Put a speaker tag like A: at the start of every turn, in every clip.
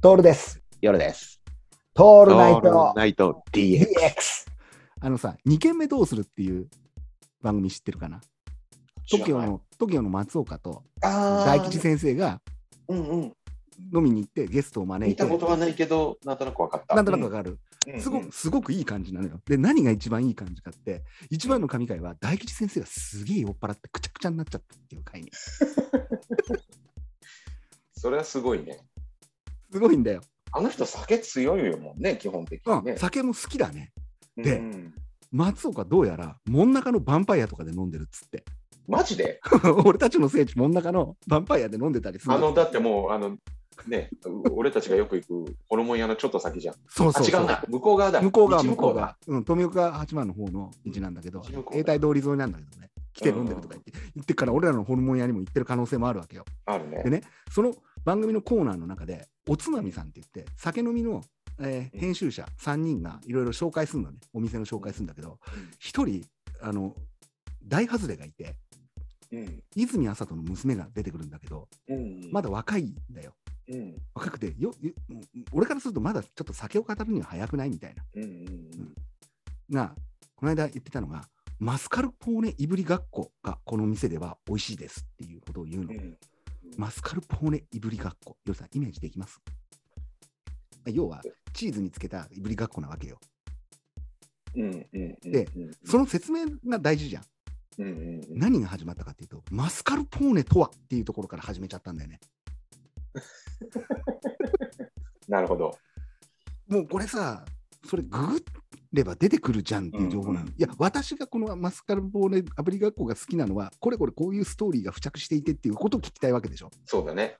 A: トールです。
B: 夜です。
A: ト
B: オ
A: ールナイト
B: ナイト DX。
A: DX。
C: あのさ、2軒目どうするっていう番組知ってるかな ?TOKIO の TOKIO の松岡と大
B: 大
C: 吉先生が
B: うんうん。
C: 飲みに行ってゲストを招
B: 見
C: いて、
B: たこと
C: な
B: はないけど、なんとなくわかった。
C: んとなくわかる、
B: うん
C: すごく。すごくいい感じなのよ。で、何が一番いい感じかって、一番の神回は大吉先生がすげえ酔っ払ってくちゃくちゃになっちゃったっていう回に。
B: それはすごいね。
C: すごいんだよ。
B: あの人酒強いよもんね、基本的
C: う
B: に
C: ん、
B: ね。
C: 酒も好きだね。で
B: うん
C: 松岡どうやら、真ん中のヴァンパイアとかで飲んでるっつって。
B: マジで
C: 俺たちの聖地、真ん中のヴァンパイアで飲んでたりする
B: あ
C: の
B: の、だってもう、あの、ね、う俺たちがよく行くホルモン屋のちょっと先じゃん。
C: そう
B: あ、
C: そう
B: 違
C: そう
B: うな。向こう側だ。
C: 向こう側、
B: 道
C: 向こ
B: 向こ
C: う
B: う
C: 側
B: だ。。
C: うん、富岡八幡の方の道なんだけど
B: 道向こ、う
C: 永代通り沿いなんだけどね、来て飲んでるとか言って、言ってっから、俺らのホルモン屋にも行ってる可能性もあるわけよ。
B: あるね
C: で。ね、その番組のコーナーの中で、おつまみさんって言って、酒飲みの、えー
B: うん
C: 編集者3人がいろいろ紹介するのね、お店の紹介するんだけど、1人、あの、大外れがいて、
B: うん。
C: 泉麻人の娘が出てくるんだけど、
B: うん
C: まだ若いんだよ。
B: うん。
C: 若くてよ、よ俺からするとまだちょっと酒を語るには早くないみたいな。
B: うんうん
C: が、この間言ってたのが、マスカルポーネいぶりがっこがこの店では美味しいですっていうことを言う
B: う
C: の。
B: ん。
C: マスカルポーネいぶりがっこ。よさん、イメージできます要は、チーズにつけたいぶりがっこなわけよ。
B: うんうんうん。
C: で
B: うん、
C: その説明が大事じゃん。
B: うんうんうん
C: 何が始まったかっていうと、マスカルポーネとはっていうところから始めちゃったんだよね。
B: なるほど。
C: もうこれさ、それググれば出てくるじゃんっていう情報なの。
B: うんう
C: い
B: ん
C: や、私がこのマスカルポーネあぶりがっこが好きなのは、これこれこういうストーリーが付着していてっていうことを聞きたいわけでしょ。
B: そうだね。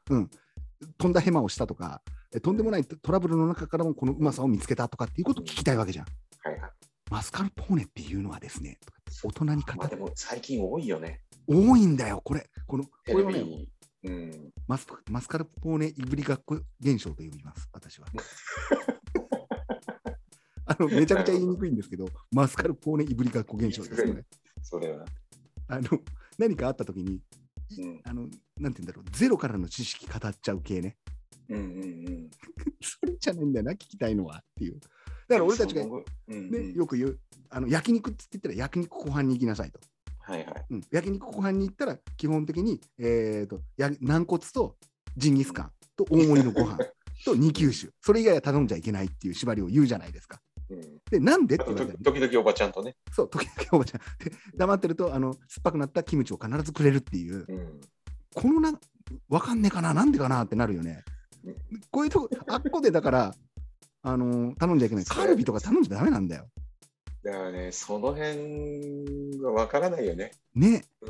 C: とんだヘマをしたとか、えとんでもないトトラブルの中からもこのうまさを見つけたとかっていうことを聞きたいわけじゃん。
B: はいはい。
C: マスカルポーネっていうのはですね、とか大人に
B: ま
C: 語
B: あ
C: っ
B: で
C: て
B: も最近多いよね。
C: 多いんだよ、これ。この、こ
B: テ
C: れ
B: レ
C: をね、
B: ビ。うん。
C: マスマスカルポーネいぶりがっこ現象と呼びます、私は。あのめちゃくちゃ言いにくいんですけど、マスカルポーネいぶりがっこ現象ですよね。
B: それは。
C: あの何かあったときに、い
B: うん
C: あの、なんて言うんだろう、ゼロからの知識語っちゃう系ね。
B: うんうんうん。
C: それじゃないんだよな、聞きたいのはっていう。だから俺たちが
B: そのうんう
C: ね、
B: ん
C: よく言うあの焼肉って言ったら焼肉後半に行きなさいと、
B: はいはい。
C: うん、焼肉後半に行ったら基本的に、えー、とや軟骨とジンギスカンと大盛りのご飯と二級酒それ以外は頼んじゃいけないっていう縛りを言うじゃないですか
B: うん
C: でなんでっ
B: あ
C: て言
B: と
C: われたら
B: 時々おばちゃんとね。
C: そう時々おばちゃんで黙ってるとあの酸っぱくなったキムチを必ずくれるっていう
B: うん。
C: このなわかんねえかななんでかなってなるよね
B: うん
C: こういうとこあっこでだからあの頼んじゃいけないカルビとか頼んじゃダメなんだよ
B: だからね、その辺がわからないよね。
C: ね
B: う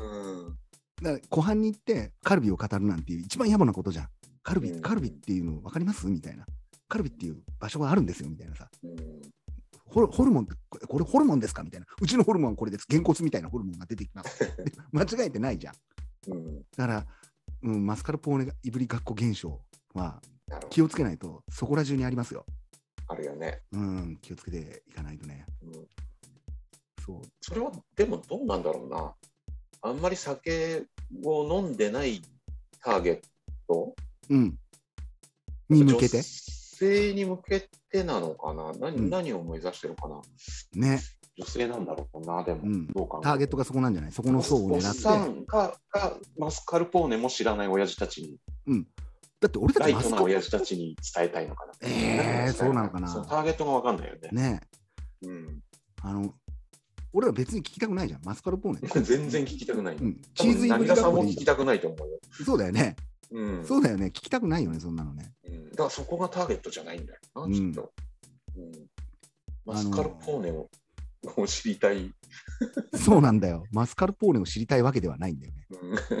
B: ん。
C: だから湖畔に行ってカルビを語るなんていう一番野暮なことじゃん。カルビ、
B: うん
C: カルビっていうの分かりますみたいな。カルビっていう場所があるんですよみたいなさ。
B: うん
C: ホルホルモンってこれこれホルモンですかみたいな。うちのホルモンはこれです。げんこつみたいなホルモンが出てき ます。で間違えてないじゃん。
B: うん。
C: だから、うん、マスカルポーネがいぶりがっこ現象は
B: なるほど
C: 気をつけないとそこら中にありますよ。
B: あるよね。
C: うん、気をつけていかないとね。
B: うん
C: そう。
B: それはでもどうなんだろうな。あんまり酒を飲んでないターゲット
C: うん。に向けて
B: 女。性に向けてなのかな何,、
C: うん
B: 何を目指してるかな
C: ね。
B: 女性なんだろうな、でも、
C: うん
B: どうかな。
C: ターゲットがそこなんじゃないそこの層を
B: おっ
C: 狙
B: さ
C: って。
B: んががマスカルポーネも知らない親父たちに、
C: だって俺た
B: ラ
C: ち
B: イ
C: マ
B: ト
C: ス
B: な
C: カル
B: 親父たちに伝えたいのかな。
C: えーそうなのかな
B: そうターゲットがわかんないよね。
C: ね。
B: うん、
C: あの、俺ら別に聞きたくないじゃん、マスカルポーネ。
B: 全然聞きたくない。
C: うん、チーズイ
B: 多
C: ブ
B: 分
C: リ
B: 何
C: ガ
B: 田さ
C: ッ
B: ん
C: コ
B: も
C: でい
B: 聞
C: い
B: き
C: よ
B: たくないと思うよ。
C: そうだよね、
B: うん、
C: そうだよね、聞きたくないよね、そんなのね。
B: うんだからそこがターゲットじゃないんだよな、
C: うん
B: きっと。うん、マスカルポーネを,、を知りたい。
C: そうなんだよ、マスカルポーネを知りたいわけではないんだよね。
B: うん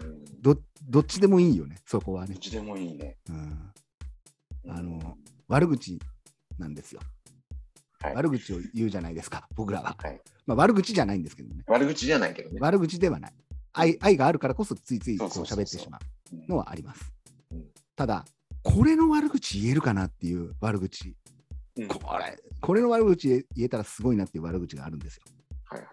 B: うん
C: どどっちでもいいよね、そこは
B: ど
C: ね
B: っ。ちでもいいね。
C: うん、
B: うん
C: あの、悪口なんですよ。
B: はい
C: 悪口を言うじゃないですか、僕らは。
B: はい
C: まあ、悪口じゃないんですけどね、
B: 悪口じゃないけどね。
C: 悪口ではない。愛愛があるからこそついついこう
B: そうそうそうそう
C: 喋ってしまうのはあります
B: うん。
C: ただ、これの悪口言えるかなっていう悪口
B: うん
C: これ、これの悪口言えたらすごいなっていう悪口があるんですよ。
B: はいはい